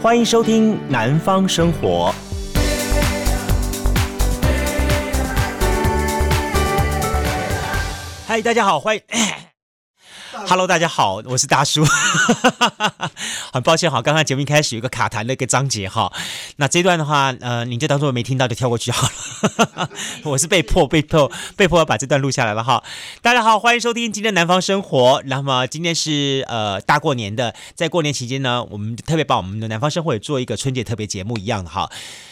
欢迎收听《南方生活》。嗨，大家好，欢迎。Hello，大家好，我是大叔。 很抱歉哈，刚刚节目一开始有一个卡痰的一个章节哈，那这段的话，呃，你就当做没听到，就跳过去好了。我是被迫、被迫、被迫要把这段录下来了哈。大家好，欢迎收听今天的南方生活。那么今天是呃大过年的，在过年期间呢，我们特别把我们的南方生活也做一个春节特别节目一样的哈。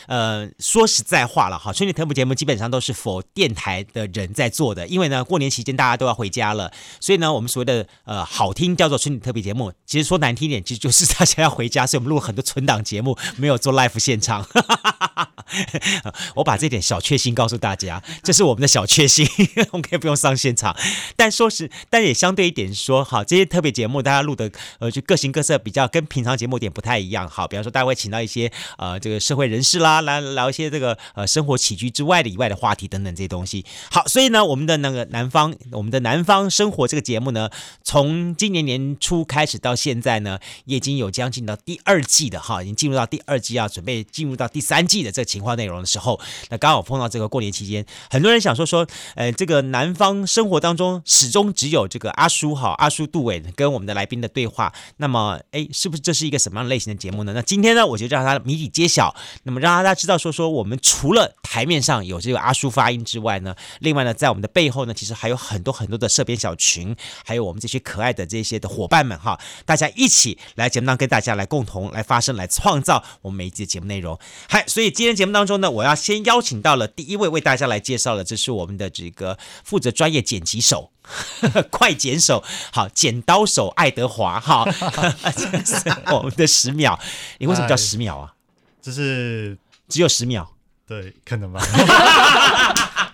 呃，说实在话了哈，春节特别节目基本上都是否电台的人在做的，因为呃呢，过年期间大家都要回家了，所以呢，我们所谓的呃好听叫做春节特别节目，其实说难听一点，其实就是大家要回家，所以我们录了很多存档节目，没有做 live 现场。 我把这点小确幸告诉大家，这是我们的小确幸，我们可以不用上现场。但说是，但也相对一点说，哈，这些特别节目大家录的，呃，就各形各色，比较跟平常节目有点不太一样。好，比方说大家会请到一些呃这个社会人士啦，来聊一些这个呃生活起居之外的以外的话题等等这些东西。好，所以呢，我们的那个南方，我们的南方生活这个节目呢，从今年年初开始到现在呢，也已经有将近到第二季的哈，已经进入到第二季啊，准备进入到第三季的这个情况内容的时候，那刚好碰到这个过年期间，很多人想说说，呃，这个南方生活当中始终只有这个阿叔哈，阿叔杜伟跟我们的来宾的对话，那么哎，是不是这是一个什么样类型的节目呢？那今天呢，我就让他谜底揭晓，那么让大家知道说说我们除了台面上有这个阿叔发音之外呢，另外呢，在我们的背后呢，其实还有很多很多的社编小群，还有我们这些可爱的这些的伙伴们哈，大家一起来节目当中跟大家来共同来发声，来创造我们每一集的节目内容。嗨，所以今天节目当中呢，我要先邀请到了第一位为大家来介绍的，这是我们的这个负责专业剪辑手。 快剪手，好，剪刀手爱德华，哈， 这个是我们的十秒。你为什么叫十秒啊？就是只有十秒，对，可 能吧，哪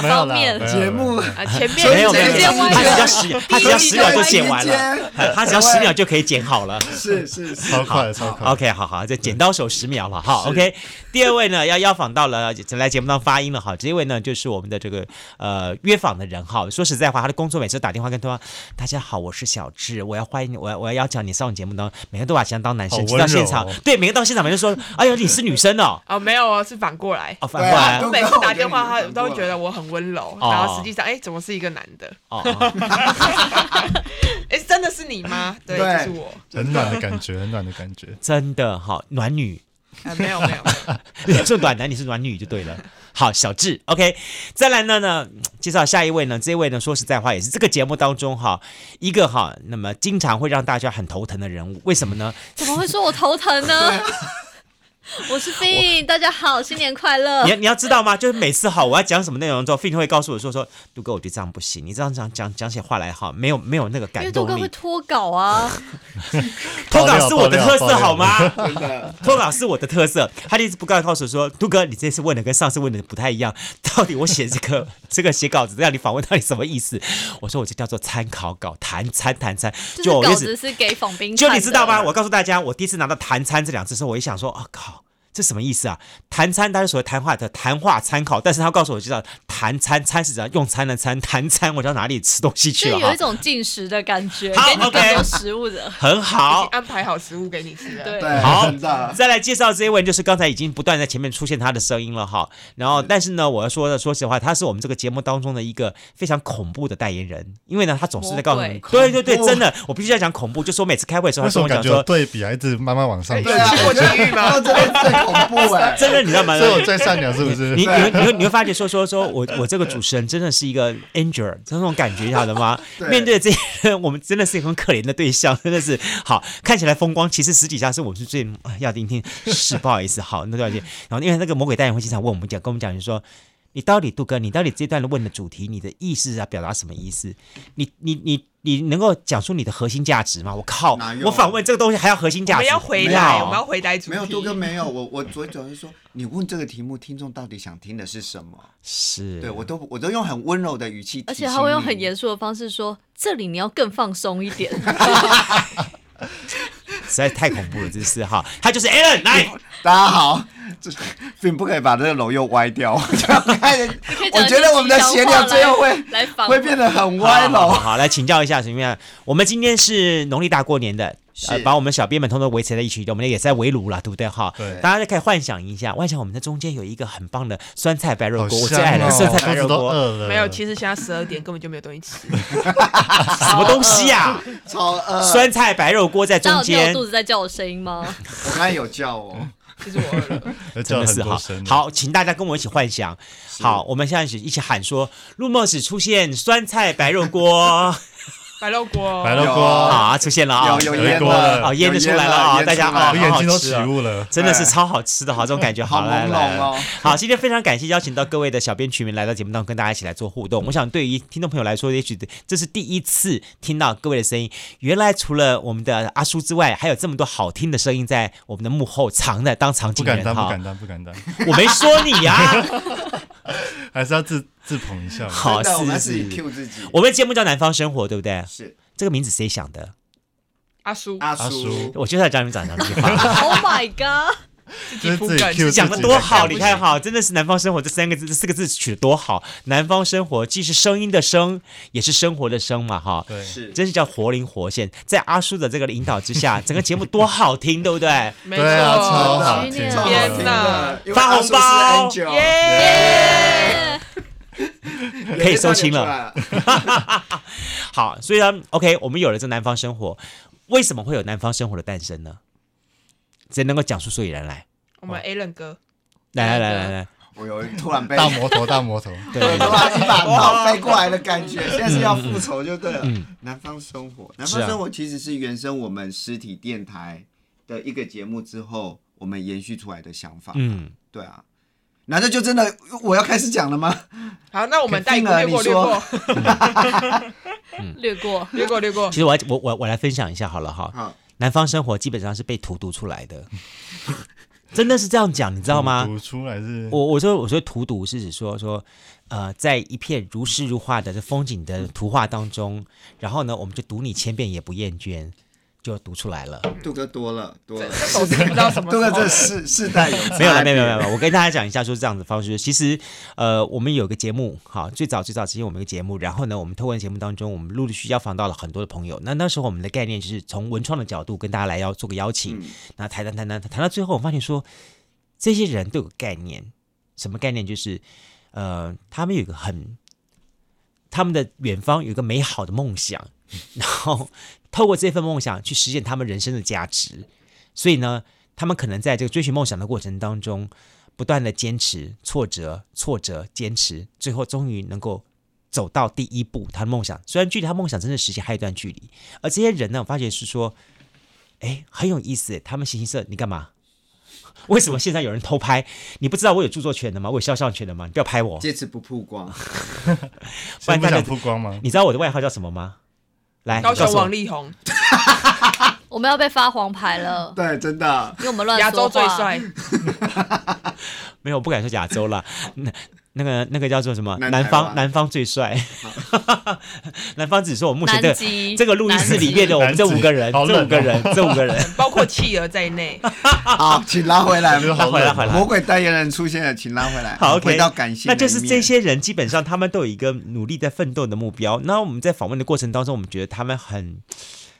没有方啦面没有节目啊？前面哎没有没有，前没有面他只要外十，他只要十秒就剪 完了，了， 他只要十秒就可以剪好了。是是是，超快的超快的。 OK，好好，这剪刀手十秒了哈。OK，第二位呢要邀访到了来节目当中发音了哈。这一位呢就是我们的这个呃约访的人哈。说实在话，他的工作每次打电话跟他说：“大家好，我是小智，我要欢迎你，我要我要邀请你上我节目当中。”每个都把钱当男生，好直温到柔现场哦，对，每个到现场每个都说：“哎呦，你是女生哦。哦，没有啊，是反过来”。哦，反对过来啊，我哦每次打电话，都跟我讲他过都会觉得我很温柔，哦然后实际上，哎，怎么是一个男的？哦，哎，真的是你吗？对，对就是我。很暖的感觉，很 暖的感觉。真的哈，暖女。啊，没有没有，没有你 是暖男，你是暖女就对了。好，小智，OK，再来呢呢，介绍下一位呢，这位呢，说实在话，也是这个节目当中哈，一个哈，那么经常会让大家很头疼的人物，为什么呢？怎么会说我头疼呢？我是 Fin，大家好，新年快乐你！要你要知道吗？就是每次哈，我要讲什么内容之后，费就会告诉我说说，杜哥，我觉得这样不行，你这样讲讲讲起话来哈，没有没有那个因为感杜哥动会力。脱稿啊，脱稿是我的特爆色料爆料好 吗？真的，脱稿是我的特色，他就一直不断地告诉我说：“杜哥，你这次问的跟上次问的不太一样，到底我写这个 这个写稿子让你访问到底什么意思？”我说：“我这叫做参考稿，谈参谈参。”就是就我稿意思，子是给访宾看就的你知道吗？？我告诉大家，我第一次拿到“谈参”这两字的时候，我一想说：“啊靠，这什么意思啊？”谈参，它是所谓谈话的谈话参考，但是他告诉我就叫谈参，参是指用餐的餐，谈餐，我知道哪里吃东西去就了是有哈一，种进食的感觉，好给你更 OK 多食物的。 很已好经。安排好食物给你吃了。对，对，好真 的，再来介绍这一位，就是刚才已经不断在前面出现他的声音了哈。然后，但是呢，我要说的，说实话，他是我们这个节目当中的一个非常恐怖的代言人，因为呢，他总是在告诉我们魔，对对对，恐怖真的，我必须要讲恐怖，就是我每次开会的时候，他为什啊跟么我感讲觉说，有哎对比还一直慢慢往上走？对啊，去过我觉得监狱吗到这边最恐怖哎，真的，你知道 吗？所以我最善良是不是？你你会你会你会发觉说说说我我这个主持人真的是一个 angel，那 种感觉，晓得吗？对面对这些人，我们真的是一个很可怜的对象，真的是好看起来风光，其实实际上是我们是最哎要聆听是不好意思，好那段时间，然后因为那个魔鬼代言会经常问我们讲，跟我们讲就是说。你到底杜哥，你到底这段问的主题，你的意思是要表达什么意思？你你你你能够讲出你的核心价值吗？我靠哪！有我反问这个东西还要核心我价们值？要回没来，有我们要回来主题。没有杜哥没有，我我昨天是说，你问这个题目，听众到底想听的是什么？是对我都我都用很温柔的语气提而醒且你，他会用很严肃的方式说：“这里你要更放松一 点。实在太恐怖了，真是哈！他就是 Alan 来，大家好，这并不可以把这个楼又歪掉， 我开始可以讲我觉得我们的闲聊最后会一些吉祥话来来访会变得很歪好好楼啊好，好来请教一下什么样？我们今天是农历大过年的呃，是把我们小编们通通围成了一群，我们也在围炉了，对不对哈？对大家就可以幻想一下，幻想我们的中间有一个很棒的酸菜白肉好锅，我啊香最爱了哦酸菜白肚肉子都锅，饿了。没有，其实现在十二点根本就没有东西吃，什么东西呀、超呃饿。 酸菜白肉锅在中大家有听间到，肚子在叫我声音吗？我刚才有叫哦，其实我饿了。而真叫的很是多哈声。，好，请大家跟我一起幻想。好，我们现在一起一起喊说，陆梦史出现酸菜白肉锅，白肉锅，白肉有锅好、 啊，出现了啊、哦有有有烟锅了，了哦，腌的有出来了啊、烟大家出来啊，我哦眼好好睛都吃起哦。雾了。真的是超好吃的哈，这嗯种感觉好来朦来胧哦。好，今天非常感谢邀请到各位的小编群民来到节目当中，跟大家一起来做互动。我想对于听众朋友来说，也许这是第一次听到各位的声音。原来除了我们的阿叔之外，还有这么多好听的声音在我们的幕后藏在当藏不经敢人当，不哈敢。 当，不敢当，我没说你呀、还是要自自捧一下嘛。好，真的我是们要是自己是。 Q 自己。我们的节目叫《南方生活》，对不对？是这个名字谁想的？阿叔阿阿叔叔，我就是要教你们讲两句 话。 Oh my god！自己就是铺自己梗， Q 讲的多好，你看好，哈，真的是南方生活这三个字、这四个字取的多好。南方生活既是声音的声，也是生活的生嘛，哈，对，是真是叫活灵活现。在阿叔的这个引导之下，整个节目多好听，对不对？没错对啊，超好天听，哪超好听天哪！因为发阿红叔是包很久耶！可以收清了。有一段就出来好，所以呢，OK，我们有了这南方生活，为什么会有南方生活的诞生呢？谁能够讲出所以然来？我们 a l a n 哥，来来来来来，我有突然被大魔头，大魔头，对对对，突 对然一把刀飞过来的感觉，现在是要复仇就对了嗯。嗯南方生活，南是啊方生活其实是原生我们实体电台的一个节目之后，我们延续出来的想法。嗯，对啊，难道就真的我要开始讲了吗？好，那我们肯带一定个啊略过，你略过，略过，略过，略过其。实我要我我我来分享一下好了哈。好，南方生活基本上是被荼毒出来的，真的是这样讲，你知道吗？读出来是我我说我说荼毒是指说说，呃，在一片如诗如画的这风景的图画当中，然后呢，我们就读你千遍也不厌倦，就读出来了。杜哥多了多了，这首诗不知道什 么杜时哥这候，世世代有差 没有了，没有没有没别有没有，我跟大家讲一下，说这样子的方式，其实呃，我们有个节目，好，最早最早之前我们有个节目，然后呢，我们透过节目当中，我们陆陆续续邀访到了很多的朋友。那那时候我们的概念就是从文创的角度跟大家来要做个邀请，嗯那谈谈谈谈谈到最后，我发现说这些人都有个概念，什么概念？就是呃，他们有一个很他们的远方有一个美好的梦想，然后透过这份梦想去实现他们人生的价值。所以呢，他们可能在这个追寻梦想的过程当中，不断的坚持、挫折、挫折、坚持，最后终于能够走到第一步，他的梦想。虽然距离他梦想真正实现还有一段距离，而这些人呢，我发觉是说，哎，很有意思，他们形形色，你干嘛？ 为什么现在有人偷拍？你不知道我有著作权的吗？我有肖像权的吗？你不要拍我。借此不曝光，不然现在不大家想曝光吗？你知道我的外号叫什么吗？来，高告雄诉我王力宏，我们要被发黄牌了，对，真的因为我们乱亚说洲最话。 帅，没有，我不敢说亚洲啦，那那个那个叫做什么？南南台方湾南方最 帅，南方只是我目前这南个极，这个录音室里面的我们这五个人，南极这五个人，这五个人，包括企鹅在内。好，请拉回来我觉。得他好回来回来魔。鬼代言人出现了，请拉回来。好，OK，回到感性那的一面，就是这些人基本上他们都有一个努力在奋斗的目标。那我们在访问的过程当中，我们觉得他们很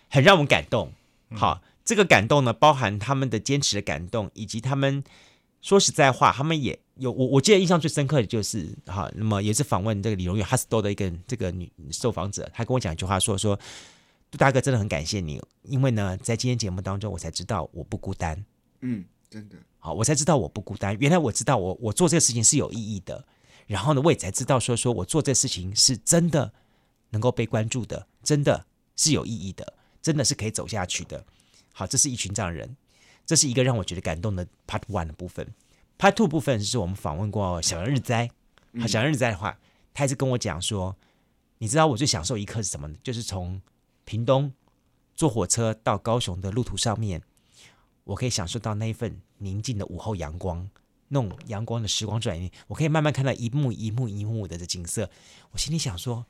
很让我们感动。嗯好，这个感动呢，包含他们的坚持的感动，以及他们说实在话，他们也有我我记得印象最深刻的就是哈，那么也是访问这个李荣远哈斯多的一个这个女受访者，她跟我讲一句话说说，杜大哥真的很感谢你，因为呢，在今天节目当中，我才知道我不孤单。嗯，真的好，我才知道我不孤单。原来我知道我我做这个事情是有意义的，然后呢，我也才知道说说我做这事情是真的能够被关注的，真的是有意义的，真的是可以走下去的。好，这是一群这样的人，这是一个让我觉得感动的 Part One 的部分。Part Two 部分是我们访问过小杨日哉，嗯好，小杨日哉的话，他一直跟我讲说，你知道我最享受一刻是什么呢？就是从屏东坐火车到高雄的路途上面，我可以享受到那一份宁静的午后阳光，那种阳光的时光转移，我可以慢慢看到一幕一幕一幕的这景色。我心里想说，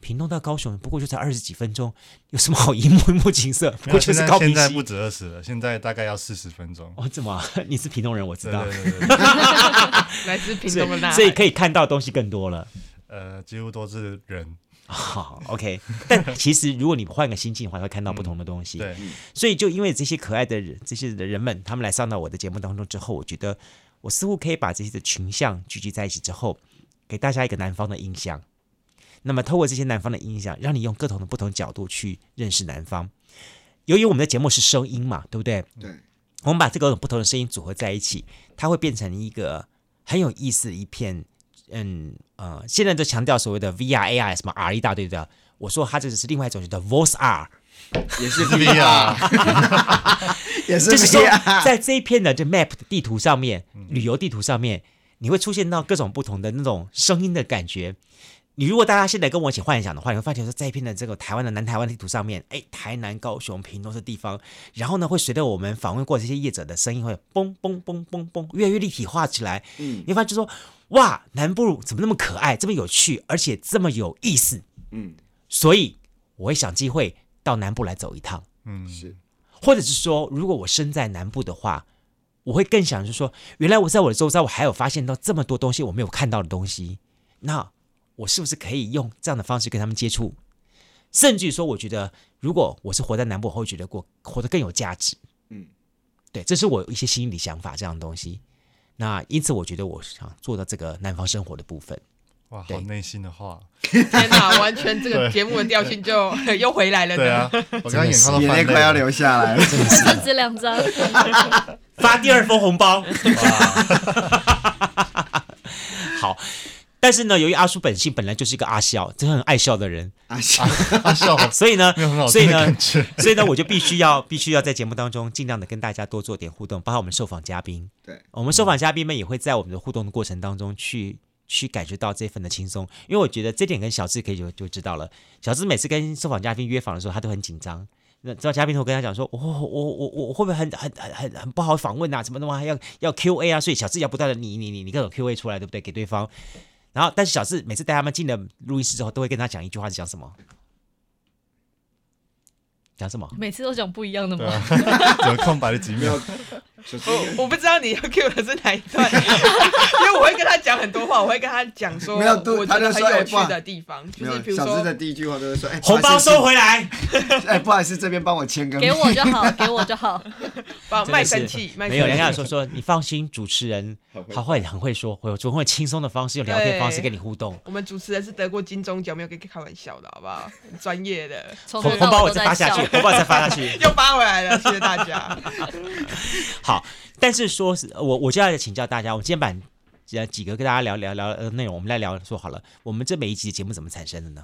屏东到高雄不过就才二十几分钟，有什么好一幕一幕景色？不 过没有就现是在高现平在不溪。止二十了，现在大概要四十分钟。 哦，怎么啊、你是屏东人，我知对道，对对对，来自屏所东的呐以喊，所以可以看到的东西更多了。呃，几乎都是人， 好，OK。但其实如果你换个心境的话，会看到不同的东西。对，所以就因为这些可爱的人，这些人们，他们来上到我的节目当中之后，我觉得我似乎可以把这些的群像聚集在一起之后，给大家一个南方的印象。那么透过这些南方的印象，让你用各种的不同角度去认识南方。由于我们的节目是声音嘛，对不对？ 对，我们把这个不同的声音组合在一起，它会变成一个很有意思的一片。嗯呃，现在都强调所谓的 VR、AR 什么 R E 一大堆的，我说它这只是另外一种，叫 Voice R，也是 VR 也是啊就是说 VR，，在这一片的这 map 的地图上面，旅游地图上面，你会出现到各种不同的那种声音的感觉。你如果大家现在跟我一起幻想的话，你会发现说，在一片的这个台湾的南台湾地图上面，哎，台南、高雄、屏东这地方，然后呢，会随着我们访问过这些业者的声音，会嘣嘣嘣嘣嘣，越来越立体化起来。嗯你会发现就说，哇，南部怎么那么可爱，这么有趣，而且这么有意思，嗯，所以我会想机会到南部来走一趟。嗯，是或 者是说，如果我身在南部的话，我会更想是说，原来我在我的周遭，我还有发现到这么多东西我没有看到的东西，那我是不是可以用这样的方式跟他们接触？甚至于说，我觉得如果我是活在南部，我会觉得过活得更有价值。嗯，对，这是我一些心理想法这样的东西。那因此，我觉得我想做到这个南方生活的部分。哇，对好内心的话，天哪，完全这个对节目的调性就又回来了呢。对啊，我刚刚眼眶都眼泪泛快要泪了，流下 来了。卫生纸两张，发第二封红包。 好，但是呢，由于阿叔本性本来就是一个阿笑，真的很爱笑的人，啊，笑啊笑了，所以呢没有很好，所以听的呢感，觉， 所以呢，我就必须要必 须要在节目当中尽量的跟大家多做点互动，包括我们受访嘉宾，对，我们受访嘉宾们也会在我们的互动的过程当中去。去感觉到这份的轻松，因为我觉得这点跟小智可以就就知道了。小智每次跟受访嘉宾约访的时候，他都很紧张。那知道嘉宾都会跟他讲说，哦我我我我我会不会很很很很很不好访问啊？什么的话还要要 Q A 啊？所以小智要不断的你你你你各种 Q A 出来，对不对？给对方。然后，但是小智每次带他们进了录音室之后，都会跟他讲一句话，是讲什么？讲什么？每次都讲不一样的 对吗？啊，有空白的几没秒有，，小猪我我不知道你要 cue 的是哪一段， 因为我会跟他讲很多话，我会跟他讲说，没有对我觉得他就很说哎有趣哇的地方，就没是比有如小智说的第一句话都是说，哎，红包收回，回来，哎，不好意思，这边帮我签个名给我就好，给我就好。把真的卖是身契，卖没有人身家契。说说你放心，主持人好会他会很会说，会总会轻松的方式，用聊天方式对跟你互动。我们主持人是得过金钟奖，没有跟你开玩笑的好不好？很专业的，从头红红到包尾我都再在发下笑去，。红包我再发下去。又发回来了，谢谢 大家。好，但是说是我我就要请教大家，我今天把呃几个跟大家聊聊聊呃内容，我们来聊说好了，我们这每一集节目怎么产生的呢？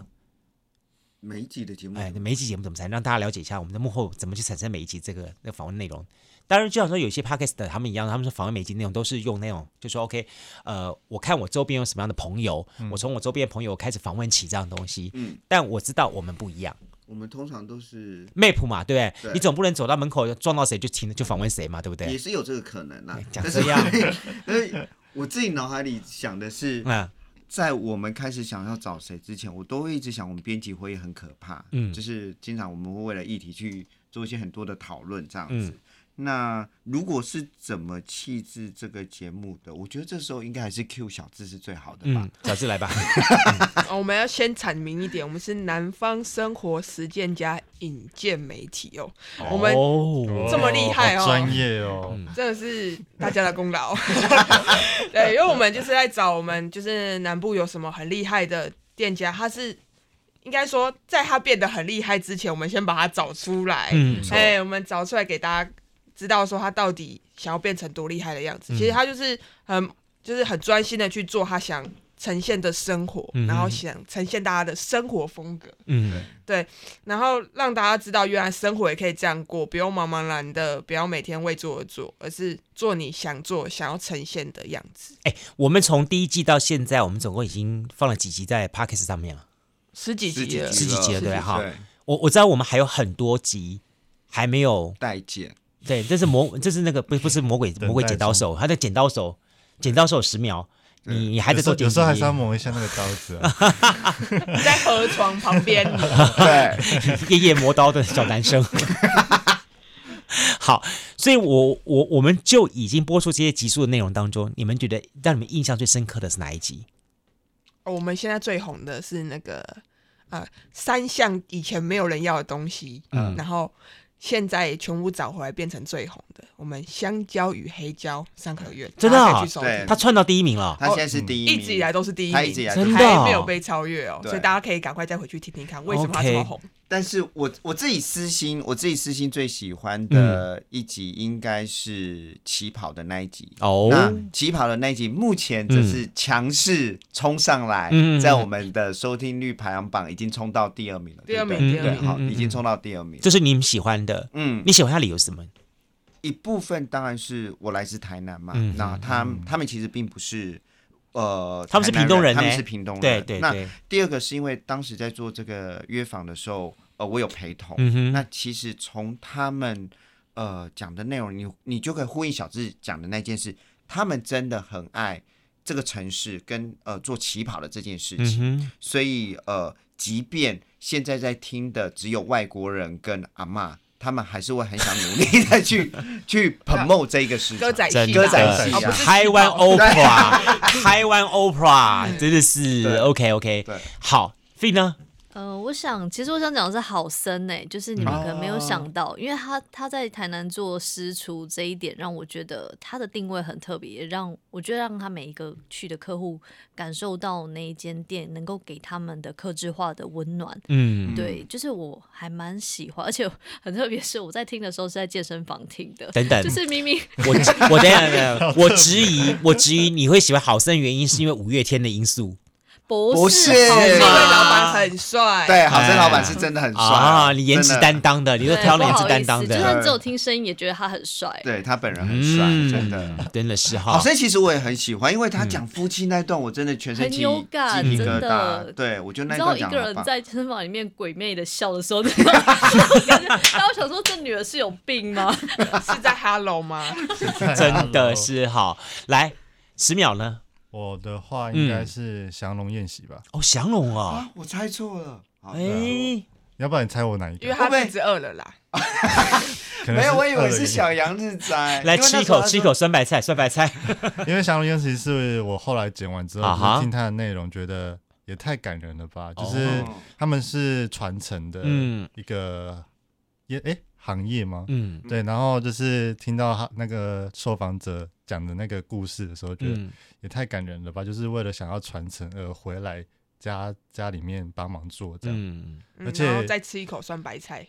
每一集的节目，哎，每一集节目怎么产生，让大家了解一下我们的幕后怎么去产生每一集这个那个访问内容。当然，就像说有些 podcast 的他们一样，他们说访问每一集内容都是用那种，就说 OK，呃，我看我周边有什么样的朋友，我从我周边的朋友开始访问起这样的东西。嗯，但我知道我们不一样我们通常都是，map 嘛，对不对？对你总不能走到门口撞到谁就停就访问谁嘛，对不也对？是有这个可能啦哎，讲但是这样， 但是我自己脑海里想的是，嗯在我们开始想要找谁之前，我都会一直想，我们编辑会议很可怕，嗯就是经常我们会为了议题去做一些很多的讨论这样子。嗯那如果是怎么弃置这个节目的，我觉得这时候应该还是 Q 小智是最好的吧。嗯，小智来 吧。哦我们要先阐明一点，我们是南方生活实践家引荐媒体哦，我们哦这么厉害哦好专业哦，嗯真的是大家的功劳。 对，因为我们就是在找我们就是南部有什么很厉害的店家，他是应该说在他变得很厉害之前，我们先把他找出来。嗯哎，我们找出来给大家知道说他到底想要变成多厉害的样子。嗯其实他就是很就是很专心的去做他想呈现的生活，嗯哼然后想呈现大家的生活风格，嗯然后让大家知道原来生活也可以这样过，不用茫茫然的，不要每天为做而做，而是做你想做、想要呈现的样子。我们从第一季到现在，我们总共已经放了几集在 p o c k e t 上面了，十几集了，十十几几集集了，了对不对？哈，对，我我知道我们还有很多集还没有，待见，对，这是魔，这是那个不不是魔鬼待魔鬼剪刀手，他的剪刀手，剪刀手十秒，你你还有在时候做有剪时候还辑是要 磨一下那个刀子 啊， 在河床旁边， 对，夜夜磨刀的小男生。 好，所以我我我们就已经播出这些集数的内容当中，你们觉得让你们印象最深刻的是哪一集？哦我们现在最红的是那个。呃三项以前没有人要的东西，嗯然后现在全部找回来变成最红的。我们香蕉与黑胶三合院，真的啊大家可以去收对听，他窜到第一名了。他现在是嗯第一名，一直以来都是第一名，他一直以来都真的还哦没有被超越哦，对所以大家可以赶快再回去听听看，为什么他这么 OK 红。但是我我自己私心，我自己私心最喜欢的嗯一集应该是起跑的那一集。哦那起跑的那一集，目前则是强势冲上来，嗯嗯嗯在我们的收听率排行榜已经冲到第二名了，第二名对不第对二名对，好，嗯嗯嗯已经冲到第二名。这是你们喜欢的，嗯，你喜欢他理由是什么？一部分当然是我来自台南嘛，嗯嗯那他们他们其实并不是。呃，他们是台屏南东人他们呢是屏东人。对对那对，第二个是因为当时在做这个约访的时候，呃，我有陪同。嗯哼那其实从他们呃讲的内容，你你就可以呼应小智讲的那件事，他们真的很爱这个城市跟呃做旗袍的这件事嗯情。哼，所以呃，即便现在在听的只有外国人跟阿嬷，他们还是会很想努力 的去去 promote 这个市场。歌仔戏真的啦，歌仔戏哦啊不是旗袍台湾 opera，台湾 opera，真的是对 OK OK，对，好，Fee 呢？呃，我想，其实我想讲的是好生呢、就是嗯你们可能没有想到，因为他他在台南做私厨这一点，让我觉得他的定位很特别，也让我觉得让他每一个去的客户感受到那一间店能够给他们的客制化的温暖。嗯，对，就是我还蛮喜欢，而且很特别是我在听的时候是在健身房听的，等等就，是明 明我我等一下等一下， 我质疑，我质疑你会喜欢好生的原因是因为五月天的因素不不是是好因为生啊老板很帅，对，好生老板是真的很帅哎啊，你颜值真的担当的，你都对挑了不颜值好担意当思的就，算只有听声音也觉得他很帅。对他本人很帅，嗯真的。，真的是哈好，，所以其实我也很喜欢，因为他讲夫妻那段，我真的全身很鸡有感鸡皮真疙的瘩。对，我觉得你那知道段一讲个得人很棒。在健身房里面鬼魅的笑的时候， 那种感觉大家想说这女的是有病 吗？是在 Hello 吗？真的是好，来十秒呢？我的话应该是降龙宴席吧？哦，降龙啊，啊，我猜错了。好哎、对要不然你猜我哪一因个？为他肚子饿了啦，可能没有，我以为二零是小杨日斋。来啊因为吃那一时候口，他吃一说口。酸白菜，酸白菜。 因为《降龙宴席》是我后来剪完之后，啊哈就是听他的内容，觉得也太感人了吧！就是哦他们是传承的嗯一个业诶行业吗？嗯对，然后就是听到他那个受访者讲的那个故事的时候，觉得嗯，也太感人了吧！就是为了想要传承而回来家家里面帮忙做这样，嗯嗯而且然后再吃一口酸白菜，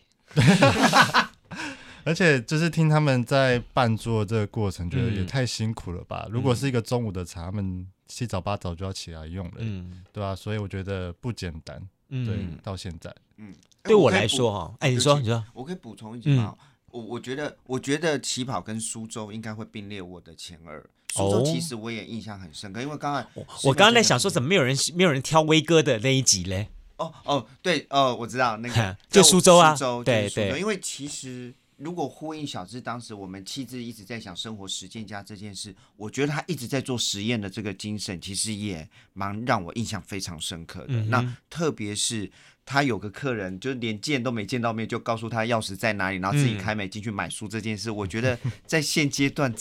而且就是听他们在办桌这个过程，觉得也嗯太辛苦了吧！如果是一个中午的茶，他们七早八早就要起来用了，嗯对吧、所以我觉得不简单。嗯，对，到现在， 哎对我可以来补说嗯哈，哎、你对不说起你说，我可以补充一句吗？我我觉得，我觉得起跑跟苏州应该会并列我的前二。苏哦州其实我也印象很深刻，因为刚才我刚刚在想说，么？怎么没有人没有人挑威哥的那一集嘞？哦哦，对，哦，我知道那个 就对苏州啊苏州对就是苏州对因为其实如果呼应小智当时我们妻子一直在想生活实践家这件事，我觉得他一直在做实验的这个精神，其实也蛮让我印象非常深刻的。嗯哼那特别是。他有个客人，就是连见都没见到面，就告诉他钥匙在哪里，然后自己嗯开门进去买书这件事，我觉得在现阶段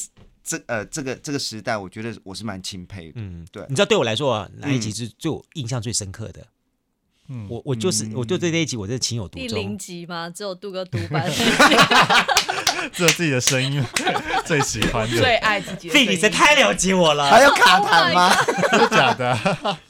这呃这个这个时代，我觉得我是蛮钦佩的。嗯，对你知道对我来说啊，哪一集嗯是最我印象最深刻的？嗯，我我就是、我就对这一集我真的情有独第零钟。集嘛，只有杜哥独 白。只有自己的声音 最喜欢的，最爱自己的声费音。你真太了解我了，还有卡痰吗？真的假的？啊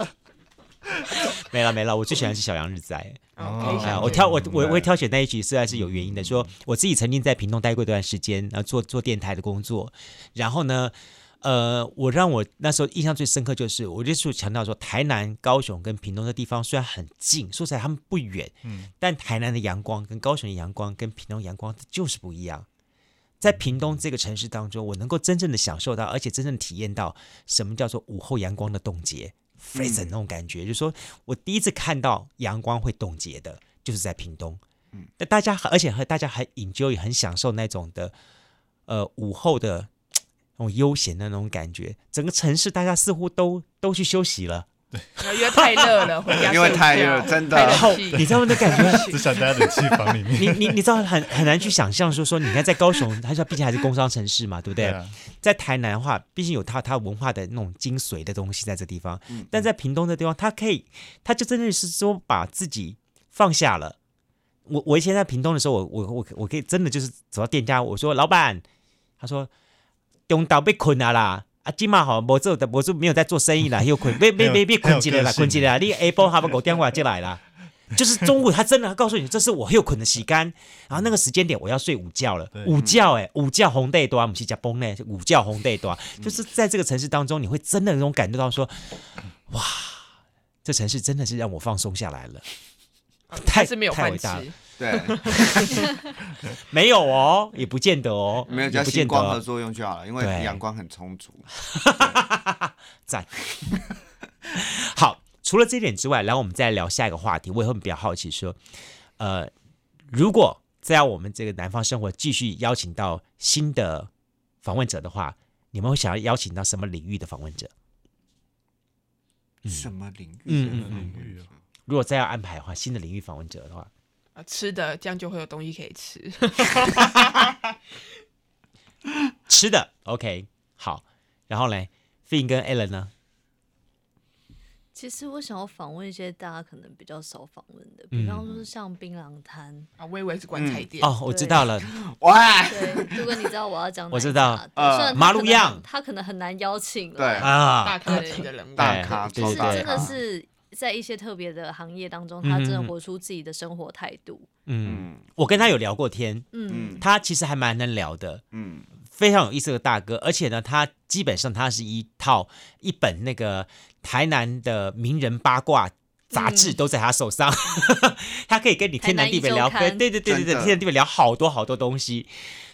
没了没了，我最喜欢是小羊日仔。哦可以哎呀想我对嗯挑我我明我白会挑选那一集，虽然是有原因的。说我自己曾经在屏东待过一段时间，然后做做电台的工作，然后呢，呃，我让我那时候印象最深刻就是，我就是强调说，台南、高雄跟屏东的地方虽然很近，说起来他们不远，嗯但台南的阳光跟高雄的阳光跟屏东阳光就是不一样。在屏东这个城市当中，我能够真正的享受到，而且真正体验到什么叫做午后阳光的冻结嗯 f r e z e 那种感觉，就是说我第一次看到阳光会冻结的，就是在屏东。嗯，但大家而且和大家很 enjoy 很享受那种的，呃，午后的那种悠闲的那种感觉，整个城市大家似乎都都去休息了。因为太热了，回家因为睡太觉 啊热真的太然后气你知道那感觉，只想待在冷气房里面。你你你知道很很难去想象，说说你看在高雄，它毕竟还是工商城市嘛，对不对？啊，在台南的话，毕竟有它它文化的那种精髓的东西在这地方，但在屏东的地方，它可以，它就真的是说把自己放下了。我我以前在屏东的时候，我我我我可以真的就是走到店家，我说老板，他说中岛被困了啦。啊，今嘛好，我做的我是没有在做生意啦，又困，被被被被困起来啦，困起来啦，你 Apple 哈把狗电话进来啦，就是中午他真的他告诉你，这是我又困的时间，然后那个时间点我要睡午觉了对，午觉哎、午觉红带多，我们去加崩呢，午觉红带多，啊嗯就是在这个城市当中，你会真的有种感觉到说，哇，这城市真的是让我放松下来 了，太但哦是没有太饭伟吃大了，对，没有哦，也不见得哦， 没有也加不见星得光哦合作用就好了，因为对阳光很充足。赞。好，除了这一点之外，然后我们再聊下一个话题。我也会比较好奇说，呃，如果再要我们这个南方生活继续邀请到新的访问者的话，你们会想要邀请到什么领域的访问者？什么领域？嗯什么嗯嗯领域如果再要安排的话，新的领域访问者的话，啊，吃的这样就会有东西可以吃。吃的 OK 好，然后嘞 f i n 跟 Allen 呢？其实我想要访问一些大家可能比较少访问嗯的，比方说是像槟榔摊，啊，我以为是棺材店。哦，我知道 了，喂，对，如果你知道我要讲哪一家，我知道对呃虽然他可能马路样他可能很难邀请了，对大啊，咖级的人物，大咖对哦就对是超大真的咖，是在一些特别的行业当中，嗯他真的嗯嗯活出自己的生活态度。嗯，嗯我跟他有聊过天，嗯，嗯他其实还蛮能聊的，嗯，非常有意思的大哥，而且呢，他基本上他是一套一本那个台南的名人八卦。杂志都在他手上， 他可以跟你天南地北聊，台南一周刊对对对对对，真的天南地北聊好多好多东西。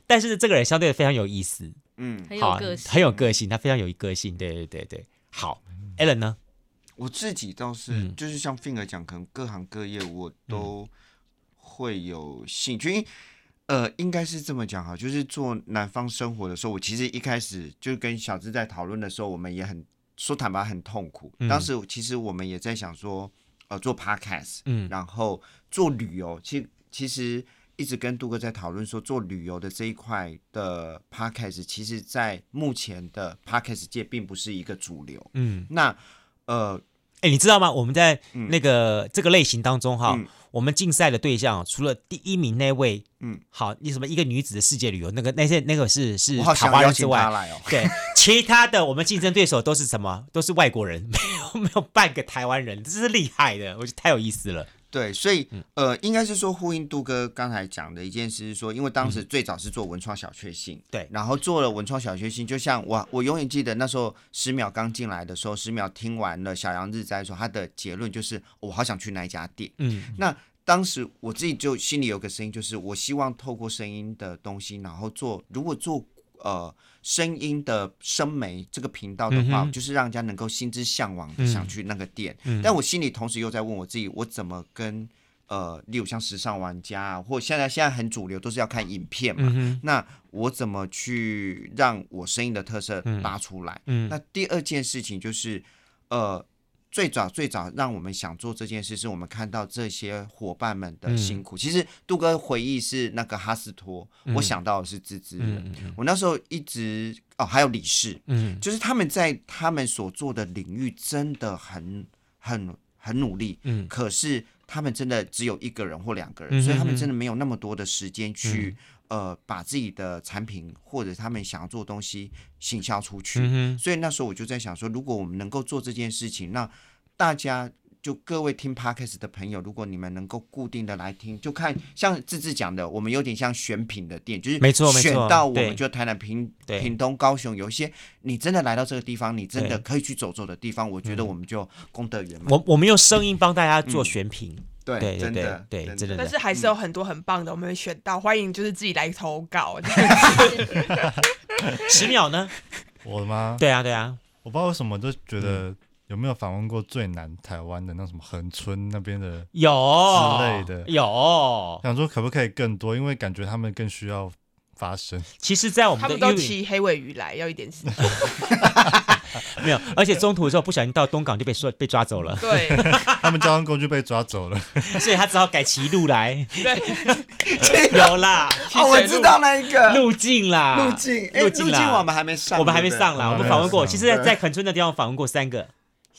但是这个人相对的非常有意思，嗯，很有好个，性。很有个性，他非常有个性，对对对对。好，Allen 嗯呢？我自己倒是、嗯就是像 Finger 讲，可能各行各业我都会有兴趣。因为呃，应该是这么讲哈，就是做南方生活的时候，我其实一开始就跟小智在讨论的时候，我们也很说坦白很痛苦。嗯当时其实我们也在想说，呃，做 podcast，嗯然后做旅游，其其实一直跟杜哥在讨论说，做旅游的这一块的 podcast，其实在目前的 podcast 界并不是一个主流。嗯，那呃，哎，你知道吗？我们在那个这个类型当中哈嗯，我们竞赛的对象啊除了第一名那位，嗯，好，你什么一个女子的世界旅游那个那些那个是是我好台想湾邀人之请外他，来哦。 对，其他的我们竞争对手都是什么？都是外国人，没有没有半个台湾人，这是厉害的，我觉得太有意思了。对，所以嗯呃，应该是说呼应杜哥刚才讲的一件事，是说，因为当时最早是做文创小确幸，嗯对然后做了文创小确幸，就像我我永远记得那时候十秒刚进来的时候，十秒听完了小杨日斋说他的结论就是哦我好想去那一家店，嗯那当时我自己就心里有个声音，就是我希望透过声音的东西，然后做如果做呃声音的声媒这个频道的话，嗯哼就是让人家能够心之向往的想去那个店。嗯但我心里同时又在问我自己，我怎么跟呃，例如像时尚玩家啊，或现在现在很主流都是要看影片嘛，哼那我怎么去让我声音的特色搭出来？嗯那第二件事情就是，呃，最早最早让我们想做这件事，是我们看到这些伙伴们嗯的辛苦。其实杜哥回忆是那个哈斯托，嗯我想到的是芝芝人。我那时候一直哦，还有李氏，嗯就是他们在他们所做的领域真的很很很努力，嗯可是他们真的只有一个人或两个嗯人，哼嗯所以他们真的没有那么多的时间去、呃把自己的产品或者他们想要做的东西行销出去。嗯哼所以那时候我就在想说，如果我们能够做这件事情，那大家就各位听 podcast 的朋友，如果你们能够固定的来听，就看像志志讲的，我们有点像选品的店，就是没错没错选到我对们就台南屏对屏东高雄有一些，你真的来到这个地方，你真的对嗯可以去走走的地方，我觉得我们就功德圆满。我我们用声音帮大家嗯做选品，对对真对的对，真的，但是还是有很多很棒的，我们选到，欢迎就是自己来投 稿。十秒呢？我吗？对嗯啊对啊，我不知道为什么就觉得有没有访问过最南台湾的那什么恒春那边的，有之类的有。想说可不可以更多，因为感觉他们更需要发声。其实，在我他们们的都英语骑黑尾鱼来，要一点时间。 没有，而且中途的时候不小心到东港就被说被抓走了， 对他们交通工具被抓走了， 所以他只好改骑路 来。对，有啦，哦，我知道那一个路径啦，路径，哎，路路径径啦，我们还没上，我们还没对不对上啦，对我们访问过，我们还其没上实在在垦村的地方访问过三个，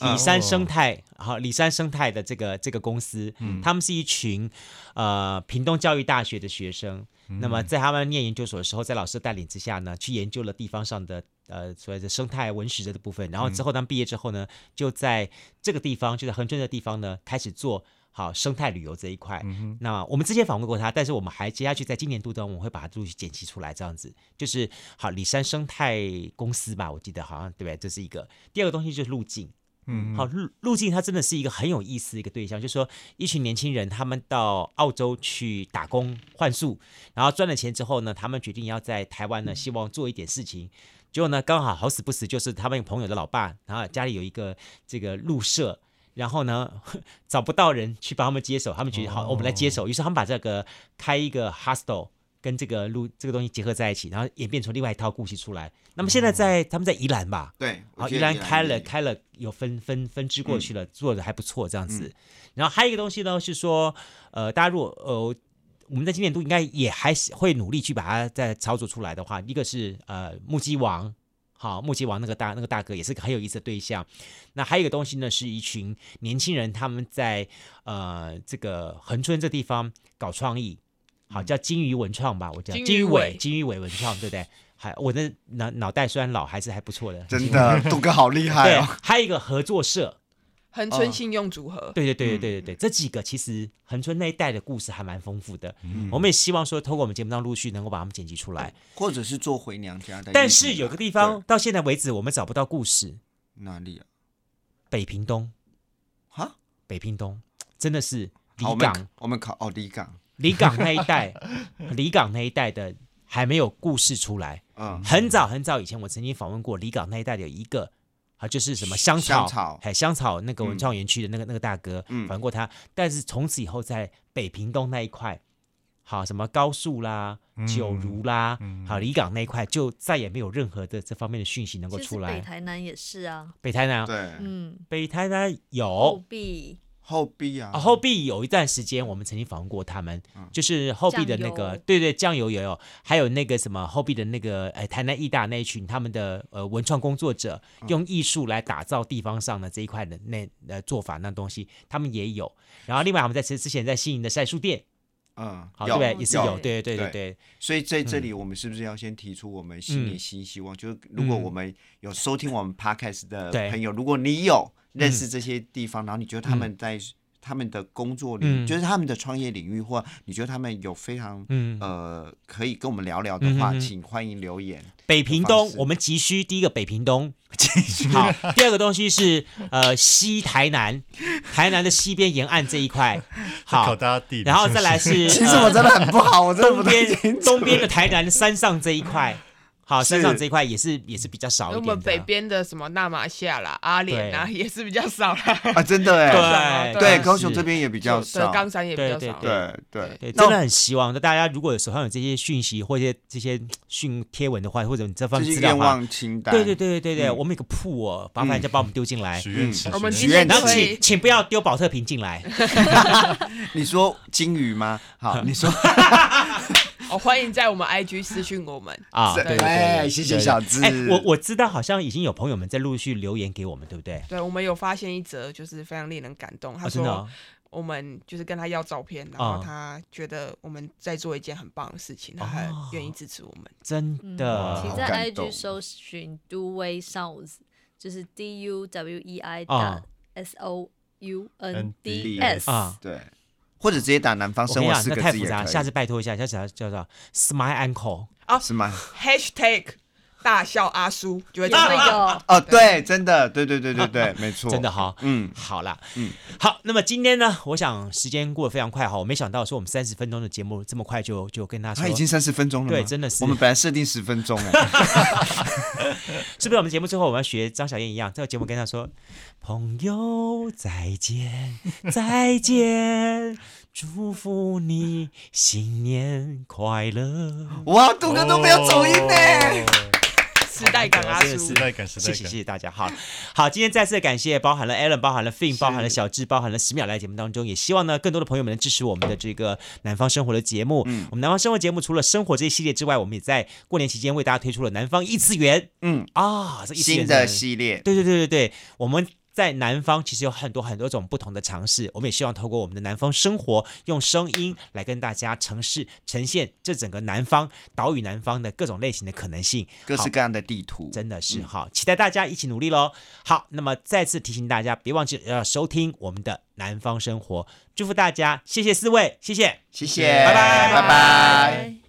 里山生态，好、里山生态的这个这个公司，他们是一群呃屏东教育大学的学生。那么在他们念研究所的时候，在老师的带领之下呢，去研究了地方上的呃所谓的生态文史的部分。然后之后他们毕业之后呢，就在这个地方，就在恒春的地方呢，开始做。好，生态旅游这一块，那我们之前访问过他，但是我们还接下去在今年度当中，我们会把它陆续剪辑出来，这样子就是好里山生态公司吧，我记得好像对不对？这是一个第二个东西就是路径，嗯，好路路径，它真的是一个很有意思的一个对象，就是说一群年轻人他们到澳洲去打工换宿，然后赚了钱之后呢，他们决定要在台湾嗯呢，希望做一点事情。结果呢，刚好好死不死就是他们朋友的老爸，然后家里有一个这个鹿舍。然后呢， 找不到人去帮他们接手，他们哦觉得好，我们来接手。于是他们把这个开一个 hostel 跟这个路这个东西结合在一起，然后演变成另外一套故事出来。那么现哦在在他们在宜兰吧，对，我好，觉依得然宜兰嗯开也了开了，有分分分支过去了，做的还不错这样子。嗯然后还有一个东西呢，是说，呃，大家如果呃，我们在今年度应该也还是会努力去把它再操作出来的话，一个是呃木鸡王，好木鸡王那个大那个大哥也是个很有意思的对象。那还有一个东西呢，是一群年轻人他们在呃这个恒春这地方搞创意，好嗯叫金鱼文创吧，我叫金鱼金鱼尾尾金鱼尾文创，对不对？还我的脑脑袋虽然老，还是还不错的，真的，杜哥好厉害对哦！，还有一个合作社，恒春信用组合，对对对嗯对对对对，这几个其实恒春那一带的故事还蛮丰富的。嗯我们也希望说，透过我们节目当中陆续能够把它们剪辑出来。或者是做回娘家的意义吧，但是有个地方哎对到现在为止我们找不到故事，哪里啊？北屏东，哈，北屏东真的是好我离们港，我们考哦，离港，离港那一 带，离港那一带的还没有故事出来。嗯，很早很早以前，我曾经访问过离港那一带的有一个。啊，就是什么香草，香草哎，香草那个文嗯创园区的那个、那个大哥，嗯访问过他。但是从此以后，在北屏东那一块，好什么高速啦、嗯九如啦，好离港那一块，就再也没有任何的这方面的讯息能够其实出来。北台南也是啊，北台南，对，嗯，北台南有后壁后壁啊啊，，嗯后壁有一段时间我们曾经访问过他们，就是后壁的那酱个油，对对，酱油也有，还有那个什么后壁的那个，哎，台南艺大那一群他们的呃文创工作者，用艺术来打造地方上的这一块的那呃做法那东西，他们也有。然后另外我们在之之前在新营的晒书店，嗯，好对有不对？也是有有，嗯对对对对对所以在这里，我们是不是要先提出我们嗯新年新希望？就是如果我们有收听我们 podcast 的对嗯朋友，如果你有认识这些地方，然后你觉得他们在他们的工作领嗯域，就是他们的创业领域，或你觉得他们有非常嗯呃可以跟我们聊聊的嗯话，哼请欢迎留言。北屏东方，式我们急需第一个北屏 东，好，第二个东西是呃西台南，台南的西边沿 岸这一块，考好，大家地理，然后再来是 其实呃我真的很不好，我真的东不太边东边的台南山上这一 块，好，山上这一块也是也是比较少那一我点的。们北边的什么纳马夏啦、阿莲啊，也是比较少啦， 啊，真的哎，对对，是高雄这边也比较少，冈山也比较少。对对对，那真的很希望，那大家如果手上有这些讯息或者这些讯贴文的话，或者你这方这面资是料愿的话，望清单，对对对对对对，嗯我们有个铺哦，麻烦再把我们丢进来许。愿池，我们许今愿池天然后可请以，请不要丢保特瓶进来，你说金 鱼吗？好，你说，哦，欢迎在我们 IG 私讯我们。 啊！对对对，谢对谢小资。哎，我我知道，好像已经有朋友们在陆续留言给我们，对不对？对，我们有发现一则，就是非常令人感动。他哦，真的说哦，我们就是跟他要照片，然后嗯他觉得我们在做一件很棒的事情，啊他还愿意支持我们。真嗯请嗯的好在感动 IG 搜寻 Do We Sounds，就是 D U W E I 啊打 S O U N D S。啊！对，或者直接打南方我生跟你活讲，四那个太字复也杂，可下次以，拜托一下，叫啥叫做 Smile Uncle。 是吗？哦 #hashtag 大笑阿叔就会 E 啊出有没现。有？哦，对，真的，对对对对 对，没错，真的，哈。嗯，好啦，嗯嗯，好，那么今天呢，我想时间过得非常快哈，我没想到说我们三十分钟的节目这么快就就跟大家他说，已经三十分钟了吗，对真的是我们本来设定十分钟哎， 是不是我们节目最后我们要学张小燕一样，这个节目跟他说，朋友再见再见，祝福你新年快乐，哇，杜哥都没有走音呢，哦时代感阿真的叔是时。代感，时代啊谢感，谢谢谢大家，好好，今天再次感谢包含了 Alan，包含了 Fin，包含了小智，包含了十秒来节目当中，也希望呢更多的朋友们能支持我们的这个南方生活的节目。嗯我们南方生活节目除了生活这一系列之外，我们也在过年期间为大家推出了南方异次元嗯，啊，这异次元新的真系列，对对对对对，我们在南方其实有很多很多种不同的尝试。我们也希望透过我们的南方生活，用声音来跟大家城市呈现这整个南方岛屿南方的各种类型的可能性。各好式各样的地图，真的是哈，期待大家一起努力喽。好，那么再次提醒大家，别忘记要收听我们的《南方生活》，祝福大家，谢谢四位，谢谢。谢谢，拜拜拜拜。拜